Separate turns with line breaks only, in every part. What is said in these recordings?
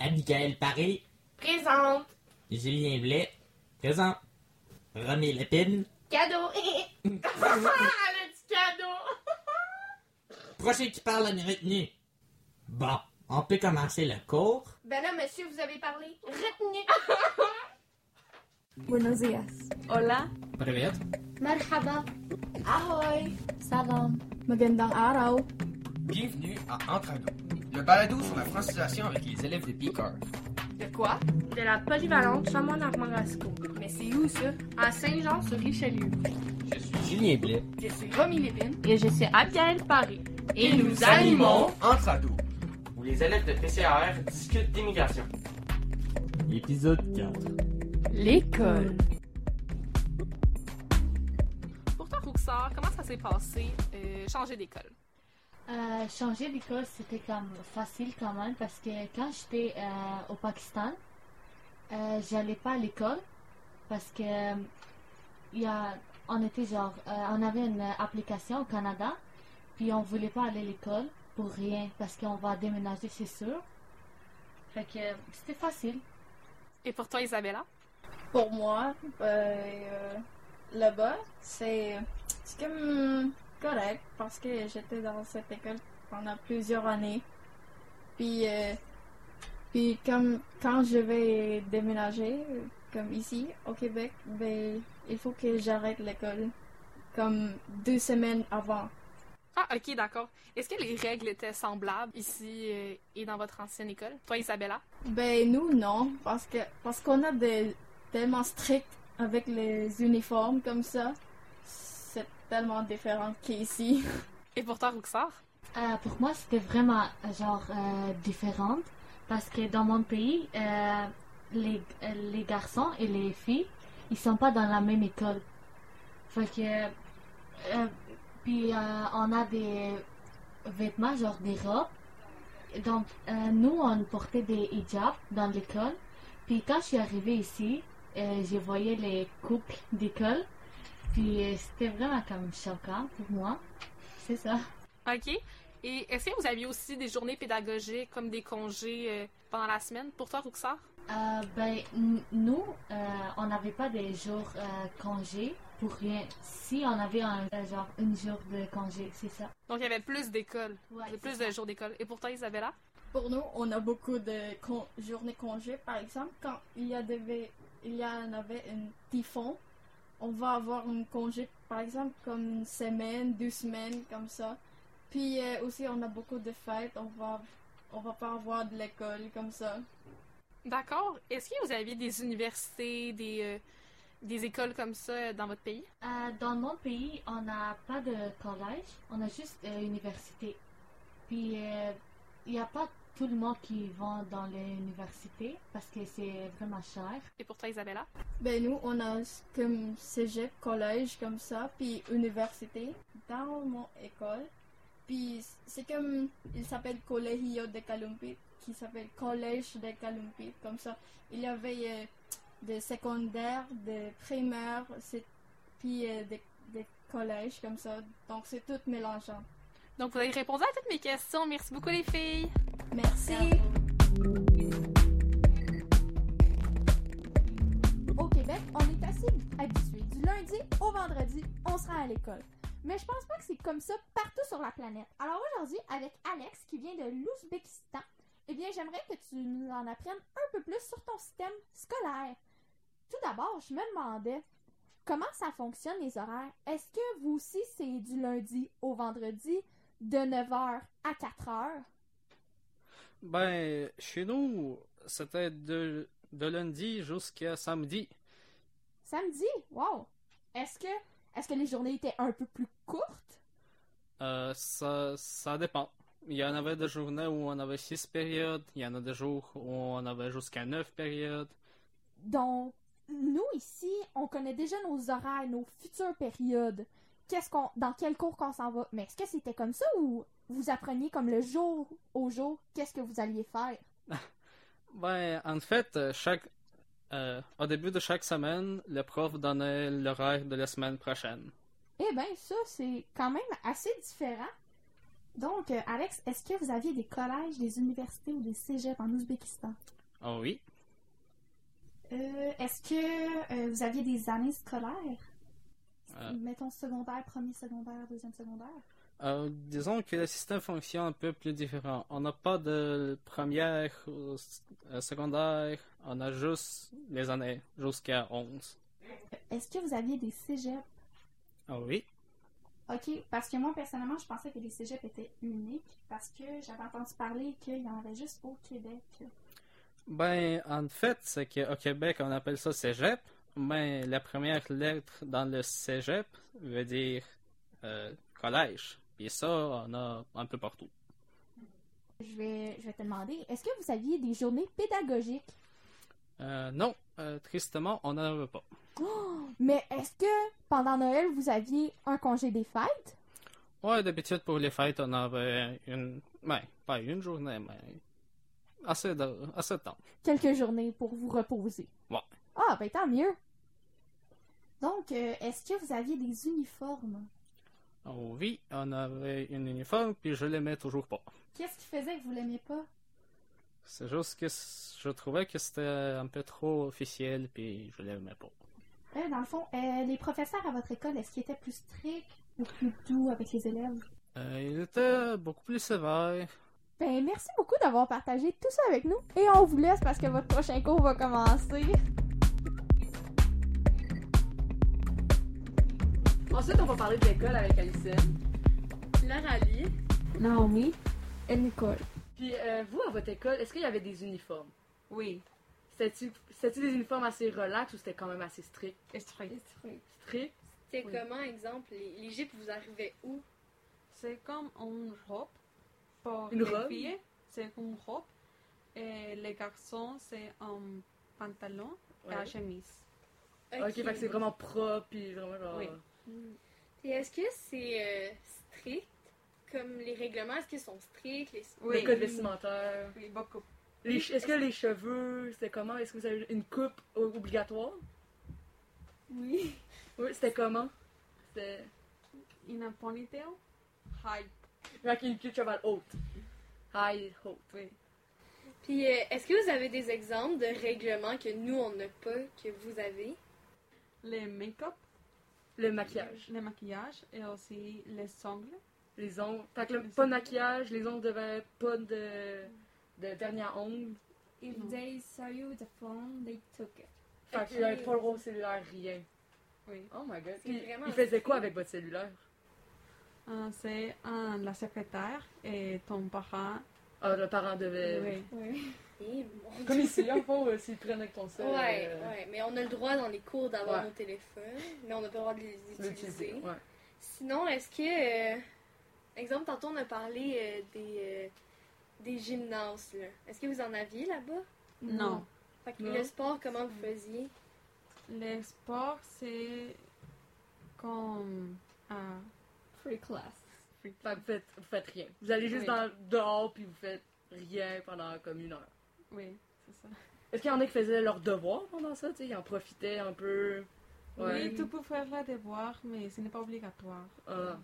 Abigail Paré,
Présente.
Julien Blais, présent. René Lépine,
Cadeau. Elle a dit cadeau.
prochain qui parle à mes retenues. Bon, on peut commencer le cours.
ben là, monsieur, vous avez parlé. Retenu.
Buenos días.
Hola.
Привет.
Marhaba. Ahoy.
Salam. Magandang araw.
Bienvenue à Entre Ados, le balado sur la francisation avec les élèves de Picard.
De quoi?
De la polyvalente Chamon Armorasco.
Mais c'est où ça?
À Saint-Jean-sur-Richelieu.
Je suis Julien Blais.
Je suis Romy Lépine.
Et je suis Abigail Paré.
Et nous animons.
Entre Ados,
où les élèves de PCAR discutent d'immigration.
Épisode 4.
L'école.
Pour toi, Rouxard, comment ça s'est passé euh, changer d'école?
Euh, changer d'école, c'était comme facile quand même parce que quand j'étais euh, au Pakistan, euh, j'allais pas à l'école parce que euh, il y a, on était genre, euh, on avait une application au Canada, puis on voulait pas aller à l'école pour rien parce qu'on va déménager, c'est sûr. Fait que euh, c'était facile.
Et pour toi, Isabella?
Pour moi, ben, euh, là-bas, c'est c'est comme correct parce que j'étais dans cette école pendant plusieurs années. Puis, euh, puis comme quand je vais déménager, comme ici au Québec, ben, il faut que j'arrête l'école comme deux semaines avant.
Ah, ok, d'accord. Est-ce que les règles étaient semblables ici euh, et dans votre ancienne école? Toi, Isabella?
Ben nous non, parce que parce qu'on a des tellement strict avec les uniformes comme ça, c'est tellement différent qu'ici.
Et pour toi, Rouxard?
Euh, pour moi, c'était vraiment euh, genre euh, différente parce que dans mon pays, euh, les, euh, les garçons et les filles, ils sont pas dans la même école. Fait que euh, puis euh, on a des vêtements genre des robes. Donc euh, nous, on portait des hijabs dans l'école. Puis quand je suis arrivée ici, euh, je voyais les couples d'école. Puis euh, c'était vraiment comme choquant pour moi. C'est ça.
Ok. Et est-ce que vous aviez aussi des journées pédagogiques comme des congés euh, pendant la semaine? Pour toi, Rouxard?
Euh, ben, n- nous, euh, on n'avait pas des jours euh, congés pour rien. Si on avait un, euh, genre une jour de congé, c'est ça.
Donc, il y avait plus d'écoles,
Ouais, c'est
plus
ça.
de jours d'école. Et pour toi, Isabella?
Pour nous, on a beaucoup de con- journées congés. Par exemple, quand il y a devait- il y en avait un typhon, on va avoir un congé, par exemple, comme une semaine, deux semaines, comme ça. Puis euh, aussi, on a beaucoup de fêtes. On va, on va pas avoir de l'école comme ça.
D'accord. Est-ce que vous aviez des universités, des, euh, des écoles comme ça euh, dans votre pays?
Euh, dans mon pays, on n'a pas de collège, on a juste euh, université. Puis, euh, il n'y a pas tout le monde qui va dans l'université parce que c'est vraiment cher.
Et pour toi, Isabella?
Ben nous, on a s- comme cégep, collège, comme ça, puis université dans mon école. Puis c'est comme, il s'appelle Colegio de Calumpit, qui s'appelle Collège de Calumpit, comme ça. Il y avait euh, des secondaires, des primaires, c'est- puis euh, des, des collèges, comme ça. Donc c'est tout mélangeant.
Donc, vous avez répondu à toutes mes questions. Merci beaucoup, les filles.
Merci!
Au Québec, on est assez habitué. Du lundi au vendredi, on sera à l'école. Mais je pense pas que c'est comme ça partout sur la planète. Alors aujourd'hui, avec Alex qui vient de l'Ouzbékistan, eh bien j'aimerais que tu nous en apprennes un peu plus sur ton système scolaire. Tout d'abord, je me demandais comment ça fonctionne les horaires. Est-ce que vous aussi c'est du lundi au vendredi de 9h à 4h?
Ben, chez nous, c'était de, de lundi jusqu'à samedi.
Samedi? Wow! Est-ce que est-ce que les journées étaient un peu plus courtes?
Euh, ça, ça dépend. Il y en avait des journées où on avait six périodes, il y en a des jours où on avait jusqu'à neuf périodes.
Donc, nous ici, on connaît déjà nos horaires, nos futures périodes. Qu'est-ce qu'on, dans quel cours qu'on s'en va. Mais est-ce que c'était comme ça ou vous appreniez comme le jour au jour qu'est-ce que vous alliez faire?
Ben, en fait, euh, chaque, euh, au début de chaque semaine, le prof donnait l'horaire de la semaine prochaine.
Eh bien, ça, c'est quand même assez différent. Donc, euh, Alex, est-ce que vous aviez des collèges, des universités ou des cégeps en Ouzbékistan?
Ah oui.
Euh, est-ce que euh, vous aviez des années scolaires?
Euh.
Mettons secondaire, premier secondaire, deuxième secondaire.
Euh, disons que le système fonctionne un peu plus différent. On n'a pas de première, euh, s- euh, secondaire, on a juste les années jusqu'à 11.
Est-ce que vous aviez des cégeps?
Ah oui.
Ok, parce que moi, personnellement, je pensais que les cégeps étaient uniques parce que j'avais entendu parler qu'il y en avait juste au Québec.
Ben, en fait, c'est qu'au Québec, on appelle ça cégep, mais la première lettre dans le cégep veut dire euh, collège. Puis ça, on a un peu partout.
Je vais, je vais te demander, est-ce que vous aviez des journées pédagogiques?
Euh, non, euh, tristement, on n'en veut pas.
Oh, mais est-ce que pendant Noël, vous aviez un congé des fêtes?
Ouais, d'habitude, pour les fêtes, on avait une... Ben, pas une journée, mais assez de, assez de temps.
Quelques journées pour vous reposer.
Ouais.
Ah, ben tant mieux. Donc, euh, est-ce que vous aviez des uniformes?
Oh oui, on avait une uniforme, puis je l'aimais toujours pas.
Qu'est-ce qui faisait que vous l'aimiez pas?
C'est juste que c- je trouvais que c'était un peu trop officiel, puis je l'aimais pas.
Euh, dans le fond, euh, les professeurs à votre école, est-ce qu'ils étaient plus stricts ou plus doux avec les élèves?
Euh, il était beaucoup plus sévère.
Ben, merci beaucoup d'avoir partagé tout ça avec nous. Et on vous laisse parce que votre prochain cours va commencer.
Ensuite, on va parler de l'école avec Alison, Lauralie,
Naomi et Nicole.
puis euh, vous, à votre école, est-ce qu'il y avait des uniformes? Oui. C'était-tu c'était-tu des uniformes assez relax ou c'était quand même assez strict? Strict. Strict?
C'est
Oui.
comment, exemple, les, les jupes, vous arrivez où?
C'est comme une robe pour
Une
les
robe?
filles. C'est une robe. Et les garçons, c'est un pantalon et la
Ouais.
chemise.
Ok, fait que c'est vraiment propre puis vraiment genre...
Oui.
Et est-ce que c'est euh, strict, comme les règlements, est-ce qu'ils sont stricts? Les...
Le code vestimentaire.
Oui, beaucoup.
Les che- Est-ce que les cheveux, c'était comment? Est-ce que vous avez une coupe o- obligatoire?
Oui.
Oui, c'était comment? C'était...
Une ponytail. High.
Avec une queue de cheval haute. High, haute.
Oui.
Puis, euh, est-ce que vous avez des exemples de règlements que nous, on n'a pas, que vous avez?
Les make-up.
Le maquillage.
Le maquillage et aussi les ongles.
Les ongles. Fait que le- pas de maquillage, les ongles devaient pas de, de dernière ongle.
If they saw you with the phone, they took it.
Fait qu'il avait pas le rôle cellulaire, rien.
Oui.
Oh my god.
C'est
Puis,
vraiment
il faisait quoi
strict.
avec votre cellulaire?
Euh, c'est euh, la secrétaire et ton parent.
Ah, le parent devait.
Oui.
Eh, mon Dieu.
Comme ici, en fond, euh, s'ils prennent avec ton
Ouais,
cell. euh,
ouais, mais on a le droit dans les cours d'avoir
Ouais.
nos téléphones, mais on n'a pas le droit de les utiliser.
l'utiliser, ouais.
Sinon, est-ce que. euh, exemple, tantôt on a parlé euh, des, euh, des gymnases, là. Est-ce que vous en aviez là-bas?
Non.
Fait que
Non.
le sport, comment vous faisiez?
Les sports, c'est comme. euh,
Free class. Fait que vous faites, vous faites rien. Vous allez juste dans, dehors puis vous faites rien pendant comme une heure.
Oui, c'est ça.
Est-ce qu'il y en a qui faisaient leurs devoirs pendant ça? tu sais, Ils en profitaient un peu. Ouais.
Oui, tu peux faire la devoir, mais ce n'est pas obligatoire.
Ah.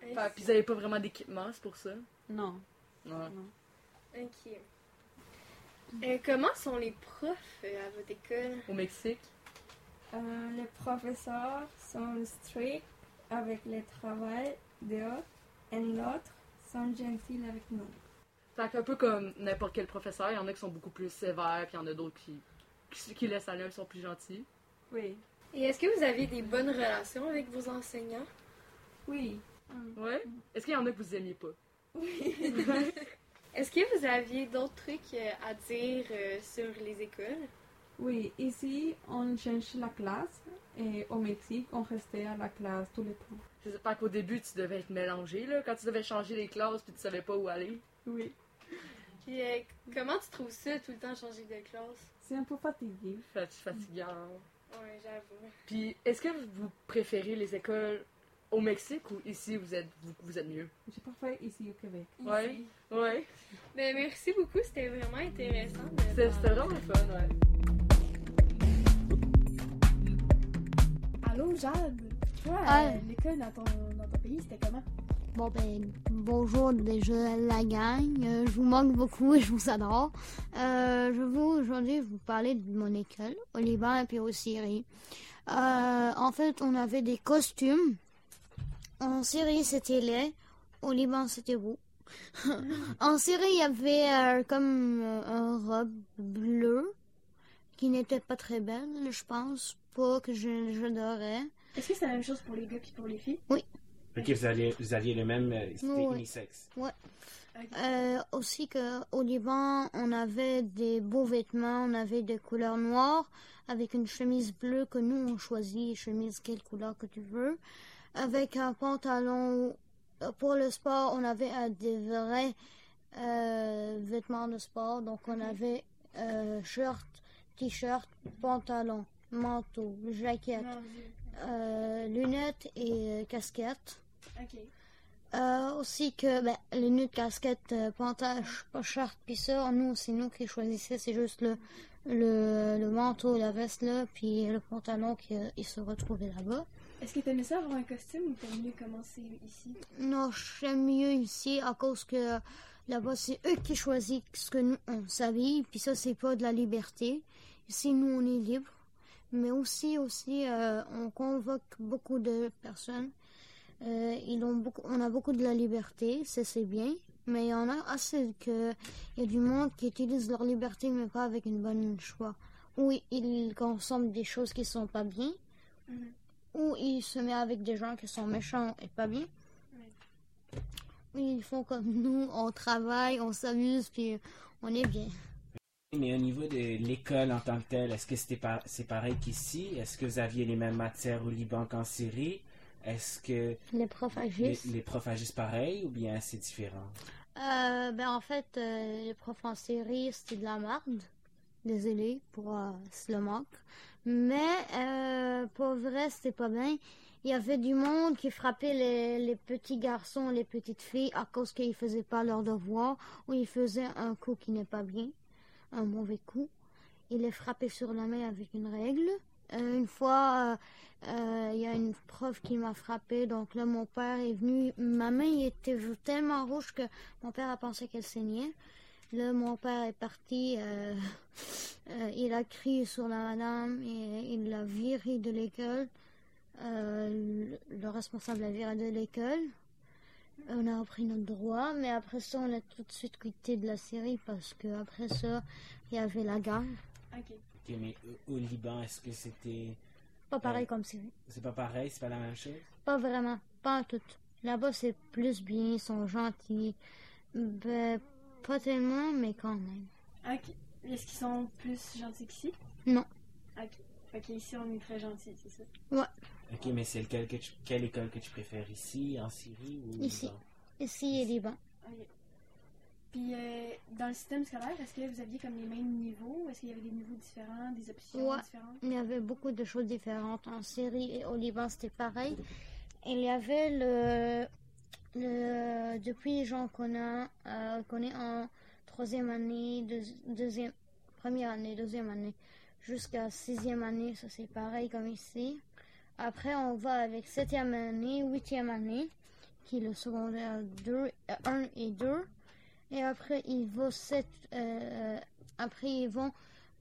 Fait que puis ils n'avaient pas vraiment d'équipement, c'est pour ça.
Non.
Ouais.
Ok. Euh, comment sont les profs euh, à votre école?
Au Mexique.
Euh, les professeurs sont stricts avec le travail de l'autre et l'autre sont gentils avec nous.
Fait qu'un peu comme n'importe quel professeur, il y en a qui sont beaucoup plus sévères, puis il y en a d'autres qui, qui, qui laissent aller, ils sont plus gentils.
Oui.
Et est-ce que vous avez des bonnes relations avec vos enseignants?
Oui.
Ouais? Est-ce qu'il y en a que vous aimiez pas?
Est-ce que vous aviez d'autres trucs euh, à dire euh, sur les écoles?
Oui, ici, on change la classe et au Mexique, on restait à la classe tout le temps.
Je sais pas qu'au début, tu devais être mélangé, là, quand tu devais changer les classes, puis tu savais pas où aller.
Oui.
Puis euh, comment tu trouves ça tout le temps changer de classe?
C'est un peu fatigué.
Fait- fatigant.
Ouais, j'avoue.
Puis, est-ce que vous préférez les écoles au Mexique ou ici, vous êtes, vous, vous êtes mieux?
J'ai parfait ici au Québec.
Ouais? Ouais?
Ben, merci beaucoup, c'était vraiment intéressant. de
Euh,
C'était c'était vraiment
parler.
le fun, ouais.
Allô, Jade? Toi,
Ah.
euh, l'école dans ton, dans ton pays, c'était comment?
Bon ben, bonjour déjà la gang. Euh, je vous manque beaucoup et je vous adore. Euh, je vous aujourd'hui je vous parler de mon école, au Liban et puis au Syrie. Euh, en fait, on avait des costumes. En Syrie, c'était laid. Au Liban, c'était beau. en Syrie, il y avait euh, comme un robe bleue qui n'était pas très belle, je pense, pas que je, je l'adorais.
Est-ce que c'est la même chose pour les gars puis pour les filles?
Oui.
Ok, vous aviez, vous aviez le même. euh, C'était
Ouais.
unisexe.
Ouais. Euh, aussi qu'au Liban, on avait des beaux vêtements, on avait des couleurs noires, avec une chemise bleue que nous on choisit, chemise quelle couleur que tu veux, avec un pantalon. Euh, Pour le sport, on avait euh, des vrais euh, vêtements de sport, donc on avait euh, shirt, t-shirt, pantalon, manteau, jaquette, euh, lunettes et euh, casquette.
Ok.
Euh, aussi que ben, les nudes, casquettes, euh, pantaches, pochards, puis ça, nous, c'est nous qui choisissons, c'est juste le, le, le manteau, la veste là, puis le pantalon qui euh, il se retrouvait là-bas.
Est-ce que t'aimais ça avoir un costume ou t'aimes mieux commencer ici?
Non, j'aime mieux ici à cause que là-bas, c'est eux qui choisissent ce que nous, on s'habille, puis ça, c'est pas de la liberté. Ici, nous, on est libre. Mais aussi, aussi, euh, on convoque beaucoup de personnes. Euh, ils ont beaucoup, on a beaucoup de la liberté, ça c'est bien. Mais il y en a assez que il y a du monde qui utilise leur liberté mais pas avec une bonne choix. Ou ils consomment des choses qui sont pas bien, ou ils se mettent avec des gens qui sont méchants et pas bien. Ou Ils font comme nous, on travaille, on s'amuse puis on est bien.
Mais au niveau de l'école en tant que telle, est-ce que c'était par- c'est pareil qu'ici? Est-ce que vous aviez les mêmes matières au Liban qu'en Syrie? Est-ce que
Les profs agissent.
les, les profs agissent pareil ou bien c'est différent?
Euh, ben en fait, euh, les profs en série, c'était de la merde. Désolée pour euh, ce le manque. Mais euh, pour vrai, c'était pas bien. Il y avait du monde qui frappait les, les petits garçons, les petites filles à cause qu'ils faisaient pas leur devoir ou ils faisaient un coup qui n'est pas bien, un mauvais coup. Il est frappé sur la main avec une règle. Euh, une fois, euh, euh, il y a une prof qui m'a frappé, donc là, mon père est venu. Ma main était tellement rouge que mon père a pensé qu'elle saignait. Là, mon père est parti. euh, euh, il a crié sur la madame et il l'a virée de l'école. Euh, le- le responsable l'a virée de l'école. On a appris notre droit, mais après ça, on a tout de suite quitté de la série parce que après ça, il y avait la guerre.
Ok, mais au- au Liban, est-ce que c'était.
Pas pareil comme série.
C'est pas pareil, c'est pas la même chose?
Pas vraiment, pas en tout. Là-bas, c'est plus bien, ils sont gentils. Ben, pas tellement, mais quand même.
Ok. Est-ce qu'ils sont plus gentils qu'ici?
Non.
Ok. Fait qu'ici, on est très gentils, c'est ça?
Ouais,
Ok, mais c'est lequel que tu- quelle école que tu préfères ici, en Syrie ou au
ici.
Liban?
Ici, et Liban.
Ok. Puis, euh, dans le système scolaire, est-ce que vous aviez comme les mêmes niveaux? Est-ce qu'il y avait des niveaux différents, des options
Ouais,
différentes?
il y avait beaucoup de choses différentes. En Syrie et au Liban, c'était pareil. Il y avait le. le depuis les gens qu'on a, euh, qu'on est en troisième année, deuxi- deuxième, première année, deuxième année, jusqu'à sixième année, ça c'est pareil comme ici. Après, on va avec septième année, huitième année, qui est le secondaire 2, 1 et 2. Et après, ils vont 7, euh, après, ils vont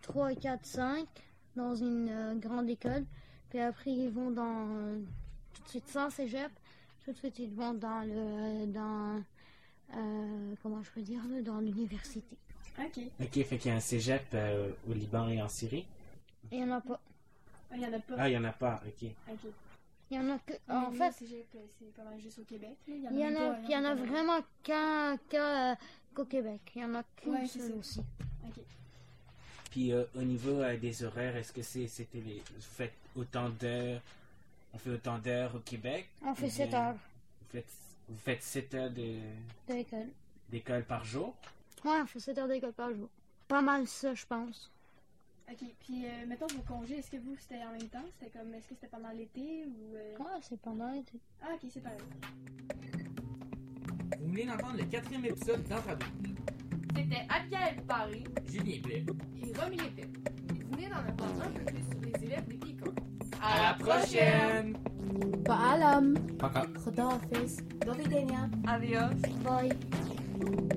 3, 4, 5 dans une euh, grande école. Puis après, ils vont dans euh, tout de suite sans cégep. Tout de suite, ils vont dans le. Dans, euh, comment je peux dire là, Dans l'université.
Ok.
Ok, fait qu'il y a un cégep euh, au Liban et en Syrie?
Il y en a pas.
Il y en a pas.
Ah, il y en a pas, ok.
Ok.
Il y en a que. Ah,
Mm-hmm.
En fait,
c'est c'est pas mal juste au Québec. là.
il y en a,
même pas
il y en a
ailleurs au Canada.
vraiment qu'un- qu'un, euh, qu'au Québec. Il y en a qu'une
Ouais, c'est
seule
ça.
aussi.
Ok.
Puis euh, au niveau euh, des horaires, est-ce que c'est c'était les vous faites autant d'heures on fait autant d'heures au Québec
On fait
Ou bien
sept heures.
Vous faites vous faites 7 heures de
De l'école.
d'école par jour
Ouais, on fait 7 heures d'école par jour. Pas mal ça, je pense.
Ok, puis euh, mettons vos congés, est-ce que vous c'était en même temps C'était comme, est-ce que c'était pendant l'été ou. euh,
Ouais, c'est pendant l'été.
Ah, ok, c'est pareil.
Vous venez d'entendre le quatrième épisode d'Entre
C'était Abiel Paris
Julien Blais.
et Romy Lépée. Vous venez d'en apprendre un peu plus sur les élèves des Picons.
À la prochaine!
Baalam.
Paka.
Rodolphus. Dovidenia. Adios. Bye.